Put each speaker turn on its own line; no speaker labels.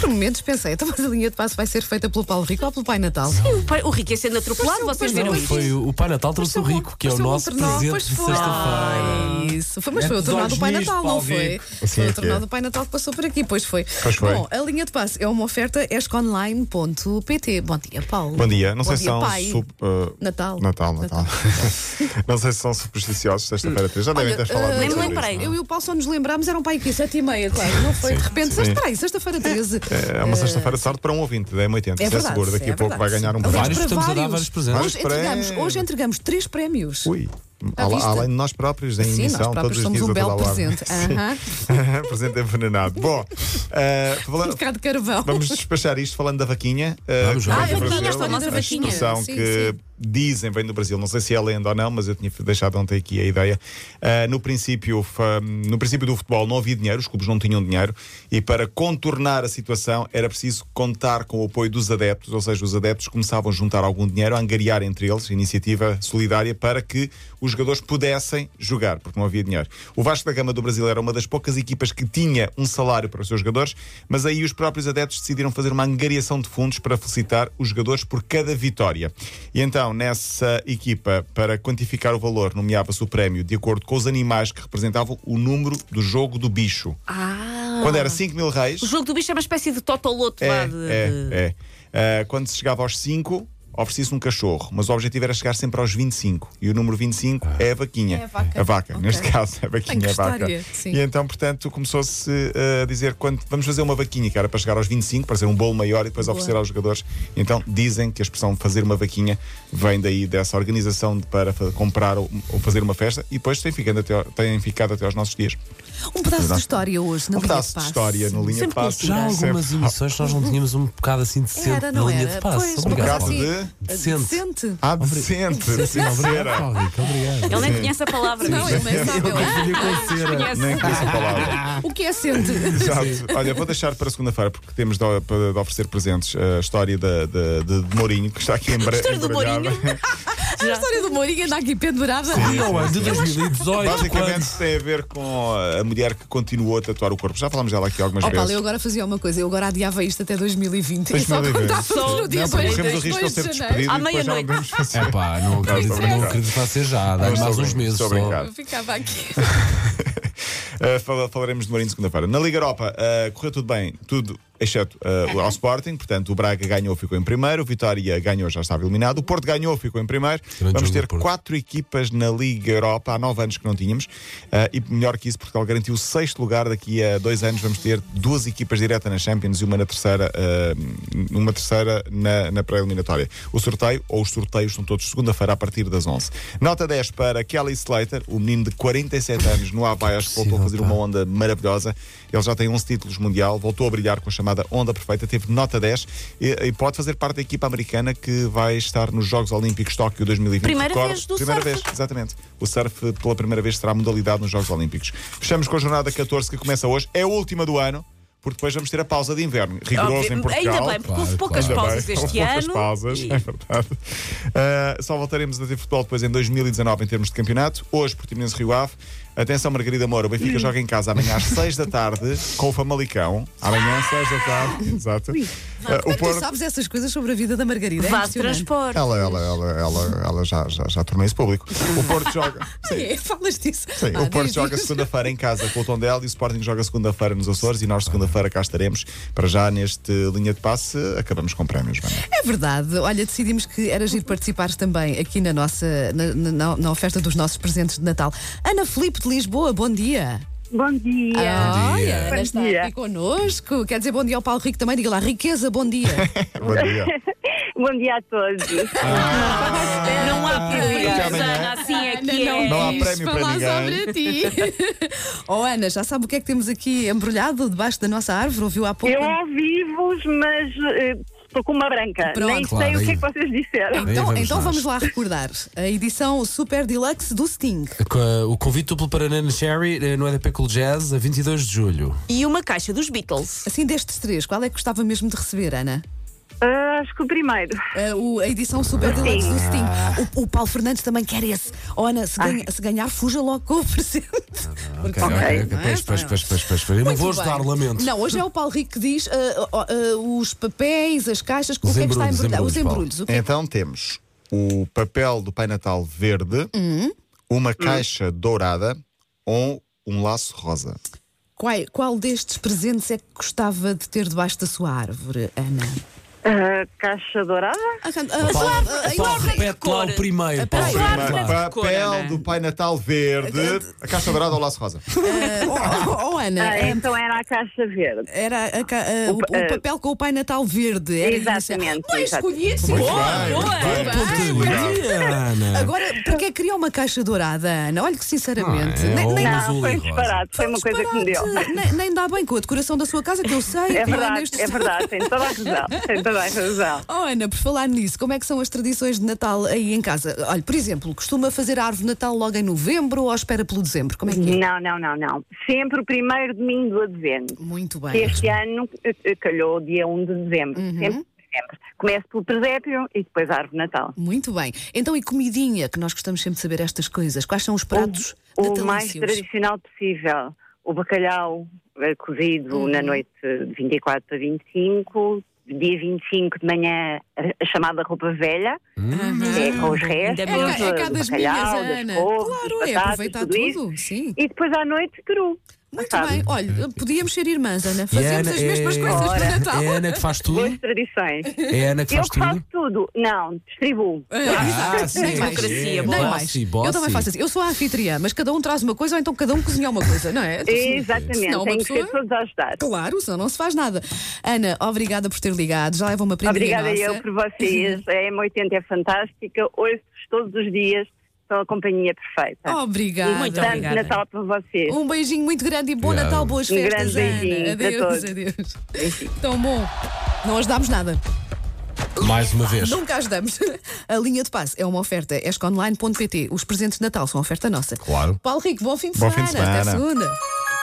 por momentos pensei, então mas a linha de passo vai ser feita pelo Paulo Rico ou pelo Pai Natal?
O, pai- Hum, o Rico ia sendo atropelado,
Mas
vocês
não,
viram
mas
isso?
não,
Foi o o Pai Natal trouxe o
Pois é,
Rico, que é o
pois é, um
nosso
tornado,
presente
pois
de
foi. Ah.
sexta-feira.
Isso, foi, mas
Mete
foi o
os
tornado
olhos
do Pai
nisto,
Natal, não
Paulo
foi?
Rico.
Assim
foi
é
o
que
tornado
é.
do Pai Natal que passou por aqui, pois foi.
Pois foi.
Bom, a linha de passe é uma oferta esconline.pt. Bom dia, Paulo.
Bom dia, não sei se
dia,
são.
pai.
sup- uh,
Natal.
Natal, Natal. não sei se são supersticiosos sexta-feira 3. Já devem ter falado
eh,
muito
nem me
sobre
lembrei.
isso,
Eu e o Paulo só nos lembrámos, eram pai aqui, 7 e meia, claro. Não foi de repente, sexta, peraí, sexta-feira 13.
não é? É uma sexta-feira de tarde para um ouvinte, da M80.
Eh, É
se é
verdade,
seguro, daqui
é
a pouco vai
verdade.
ganhar um
Aliás,
prémio.
Vários,
para
estamos a dar vários presentes.
Vários
Hoje entregamos,
prémios.
hoje entregamos três prémios.
Ui,
À
ala-
vista.
além de nós próprios, em
Sim, nós
emissão,
próprios
todos os
somos
dias
um
a toda
belo
a hora.
presente. Aham.
Sim. presente envenenado. Bom, uh,
Um
falando-
bocado de carvão.
Vamos despachar isto falando da vaquinha. eh,
Vamos, vamos.
que vem do
Ah, a
vaquinha,
Brasil.
esta nossa
A
vaquinha.
expressão
Sim,
que
sim.
dizem vem do Brasil. Não sei se é lenda ou não, mas eu tinha deixado ontem aqui a ideia. Eh, no, princípio, fa- no princípio do futebol não havia dinheiro, os clubes não tinham dinheiro. E para contornar a situação era preciso contar com o apoio dos adeptos. Ou seja, os adeptos começavam a juntar algum dinheiro, a angariar entre eles, iniciativa solidária, para que os jogadores pudessem jogar, porque não havia dinheiro. O Vasco da Gama do Brasil era uma das poucas equipas que tinha um salário para os seus jogadores, mas aí os próprios adeptos decidiram fazer uma angariação de fundos para felicitar os jogadores por cada vitória. E então, nessa equipa, para quantificar o valor, nomeava-se o prémio de acordo com os animais que representavam o número do jogo do bicho.
Ah,
Quando era 5 mil reais.
o jogo do bicho é uma espécie de totoloto lá
É,
de. de-
é, é. Ah, quando se chegava aos 5, oferecia-se um cachorro, mas o objetivo era chegar sempre aos 25. E o número 25 é a vaquinha.
É a vaca. Ok.
neste caso, a vaquinha
que
é a vaca.
história, sim.
E então, portanto, começou-se ah, a dizer quando vamos fazer uma vaquinha, que era para chegar aos 25, para ser um bolo maior e depois oferecer aos jogadores. Então, dizem que a expressão fazer uma vaquinha vem daí dessa organização de- para fa- comprar ou, ou fazer uma festa e depois tem, ficando até, ao- tem ficado até aos nossos dias.
Um pedaço de
Exato.
história hoje, na
um
linha
pedaço
de passe.
história no linha de
Sempre
passe.
Já há
Sempre.
algumas emissões nós não tínhamos um bocado assim decente
Era,
na
não
linha
era?
de passe.
Pois, um
obrigado,
bocado
Paulo.
de-
Decente.
Decente.
Ah, decente,
Obrigado,
sincera.
Paulo Rico, obrigado.
Ele nem conhece a palavra.
Não, ele nem sabe. ele-
Vinha com cera.
conhece.
Nem conheço a palavra.
O que é sente?
Exato. Olha, vou deixar para segunda-feira, porque temos de, de oferecer presentes eh, a história da- da- de, de Mourinho, que está aqui em breve.
História do Mourinho.
A história do Mourinho anda aqui pendurada.
E ao ano de 2018,
Basicamente
quando
tem a ver com a mulher que continuou a tatuar o corpo. Já falámos dela aqui algumas
Ó Paulo, eu
vezes.
agora fazia uma coisa, eu agora adiava isto até 2020 e só
2020.
contávamos no dia
Não, porque corremos o
2
risco de eu ser
de janeiro.
despedido
À
e depois já não
meia-noite.
podemos fazer.
É pá, não acredito,
é.
não acredito que vai ser já. Dá
Não, estou
mais
a
uns
brincar,
meses
estou a
só.
brincar.
Eu ficava aqui.
Uh, fala- falaremos de Mourinho segunda-feira. Na Liga Europa, uh, correu tudo bem, tudo exceto uh, ao Sporting. Portanto, o Braga ganhou, ficou em primeiro. O Vitória ganhou, já estava eliminado. O Porto ganhou, ficou em primeiro.
Grande
Vamos
jogo do
ter
Porto.
quatro equipas na Liga Europa. Há nove anos que não tínhamos. Uh, e melhor que isso, Portugal garantiu o sexto lugar. Daqui a dois anos vamos ter duas equipas direta na Champions e uma na terceira, uh, uma terceira na, na pré-eliminatória. O sorteio, ou os sorteios, são todos segunda-feira a partir das 11. Nota 10 para Kelly Slater, o menino de 47 anos no Havaias, que voltou a
possível,
fazer
pá.
uma onda maravilhosa. Ele já tem 11 títulos mundial, voltou a brilhar com a chamada onda perfeita, teve nota 10 e, e pode fazer parte da equipa americana que vai estar nos Jogos Olímpicos Tóquio 2020.
Primeira
Recorde-
vez do
primeira
surf.
vez, exatamente. O surf pela primeira vez será modalidade nos Jogos Olímpicos. Fechamos com a jornada 14 que começa hoje, é a última do ano. Porque depois vamos ter a pausa de inverno, rigoroso em Portugal.
Ainda bem, porque houve
Claro,
poucas
claro.
pausas
Bem,
este
houve poucas
ano.
pausas,
E-
é verdade. Uh, só voltaremos a ter futebol depois em 2019 em termos de campeonato. Hoje, Portimonense Rio Ave. Atenção, Margarida Moura, o
Hum.
Benfica joga em casa amanhã às 6 da tarde com o Famalicão. Amanhã às 6 da tarde, exato. Uh, o
Como é que tu
Porto.
sabes essas coisas sobre a vida da Margarida? É
Vá de
impressionante.
transporte.
Ela, ela, ela, ela, ela já, já, já tornou isso público. O Porto joga.
Ah, é? Falas disso?
Sim,
Ah,
o Porto
diz,
joga
diz.
segunda-feira em casa com o Tondela e o Sporting joga segunda-feira nos Açores e nós segunda-feira cá estaremos. Para já, neste linha de passe, acabamos com prémios, Vânia.
É verdade. Olha, decidimos que era giro participar também aqui na nossa na, na- na oferta dos nossos presentes de Natal. Ana Filipe de Lisboa, bom dia.
Bom dia.
Ah, Olha,
Bom
Ana está
dia.
aqui connosco. Quer dizer bom dia ao Paulo Rico também. Diga lá, riqueza, bom dia.
Bom dia.
Ah.
Bom dia a todos.
Não há problemas,
Até amanhã.
Ana, assim é que é.
Não há
quis
prémio para
falar
ninguém.
sobre ti. oh, Ana, já sabe o que é que temos aqui embrulhado debaixo da nossa árvore? Ouviu há pouco?
Eu ouvi-vos, mas eh, estou com uma branca.
Pronto.
Nem sei
Claro,
o que é
aí.
que vocês disseram.
Aí
Então,
vamos
então
nós.
vamos lá recordar a edição Super Deluxe do Sting.
Com a- O convite duplo para Nana Cherry eh, no EDP Cool Jazz a 22 de julho.
E uma caixa dos Beatles.
Assim, destes três, qual é que gostava mesmo de receber, Ana?
Ah, acho que o primeiro.
Ah, o- a edição Super Deluxe do Sting.
Ah.
O, o Paulo Fernandes também quer esse. Oh, Ana, se, ganha- se ganhar, fuja logo com o presente. Porque
Ah, Ok,
senão-
ok, ok.
não é?
Pois, pois, pois, pois, pois, pois. Eu não
Muito
vou
bem.
ajudar, lamento.
Não, hoje é o Paulo Rico que diz ah, ah, ah, os papéis, as caixas, o
Os
que é que está
embrulhos,
embrulhado? Os
embrulhos, Paulo.
embrulhos. O que é que-
Então temos o papel do Pai Natal verde, uma caixa dourada ou um laço rosa.
Qual, qual destes presentes é que gostava de ter debaixo da sua árvore, Ana?
Ah, caixa dourada.
Ah,
Paulo,
ah, ah, em
Paulo,
ordem.
repete lá o primeiro. Paulo.
Espera aí.
Vá.
Claro. cor,
papel
Ana.
do Pai Natal verde, a caixa dourada ou laço rosa.
Ah, oh, oh, Ana,
Ah,
ah,
então era a caixa verde.
era a ca- ah, o,
pa-
o
ah,
papel com o Pai Natal verde. Era isso.
Exatamente,
Bem
exatamente.
escolhido, sim.
Muito
Boa.
bem,
boa.
muito bem.
Boa.
Ponto de dia, Ana.
Agora, porque é que queria uma caixa dourada, Ana? Olha que sinceramente.
Ah, é,
nem,
ou
nem-
um
Não,
azul
foi
e
um
rosa.
disparate. Foi uma coisa que me deu.
disparate, Nem, nem dá bem com a decoração da sua casa, que eu sei.
É
que não
verdade,
neste-
é verdade. Tem toda a razão. Tem toda a razão.
Oh, Ana, por falar nisso, como é que são as tradições de Natal aí em casa? Olha, por exemplo, costuma fazer a árvore de Natal logo em novembro ou espera pelo dezembro? Como é que é?
Não, não, não, não. Sempre o primeiro domingo do advento.
Muito
Que
bem. Uhum.
este ano eh, eh, calhou dia 1 de dezembro. Sempre, sempre. Começo pelo presépio e depois a árvore de natal.
Muito bem. Então, e comidinha, que nós gostamos sempre de saber estas coisas. Quais são os pratos
O mais
natalícios?
tradicional possível. O bacalhau eh, cozido na
Uhum.
noite de 24 a 25. Dia 25 de manhã, a a chamada roupa velha,
Uhum.
que é com os restos,
É, cá- é cá
eh, do
das minhas,
bacalhau, das
Ana.
couves,
claro,
das
é
batatas,
aproveitar
tudo isso.
tudo. Sim.
E depois à noite, peru.
Muito
Sabe?
bem. Olha, podíamos ser irmãs, Ana.
É tipo E a
Fazemos
Ana
as
é-
mesmas coisas
Ora.
no Natal.
É a Ana que faz
Boas
tudo?
tradições.
É a Ana que
Eu
faz
que faço
tudo?
tudo. Não, distribuo.
É,
Ah, sim,
Nem mais.
Democracia,
Nem
boa.
mais.
Bossi, bossi.
Eu também faço assim. Eu sou a anfitriã, mas cada um traz uma coisa ou então cada um cozinha uma coisa, não é?
Exatamente,
Senão uma
tem que ser
pessoa-
todos a ajudar.
Claro, senão não se faz nada. Ana, obrigada por ter ligado. Já leva uma prendinha
Obrigada
nossa.
eu por vocês. A M80 é fantástica. Ouço-vos todos os dias. São a companhia perfeita.
Obrigada.
Oh, Muito
Santo
obrigada.
Natal para vocês.
Um beijinho muito grande e bom
Obrigado.
Natal, boas
Um
festas,
grande beijinho
Ana.
para
Adeus,
todos.
adeus. Tão bom. Não ajudámos nada.
Mais uma vez.
Nunca ajudamos. A linha de passe é uma oferta. Esconline.pt. Os presentes de Natal são oferta nossa.
Claro.
Paulo Rico, bom fim de
Bom
semana.
fim de
Até
semana.
segunda.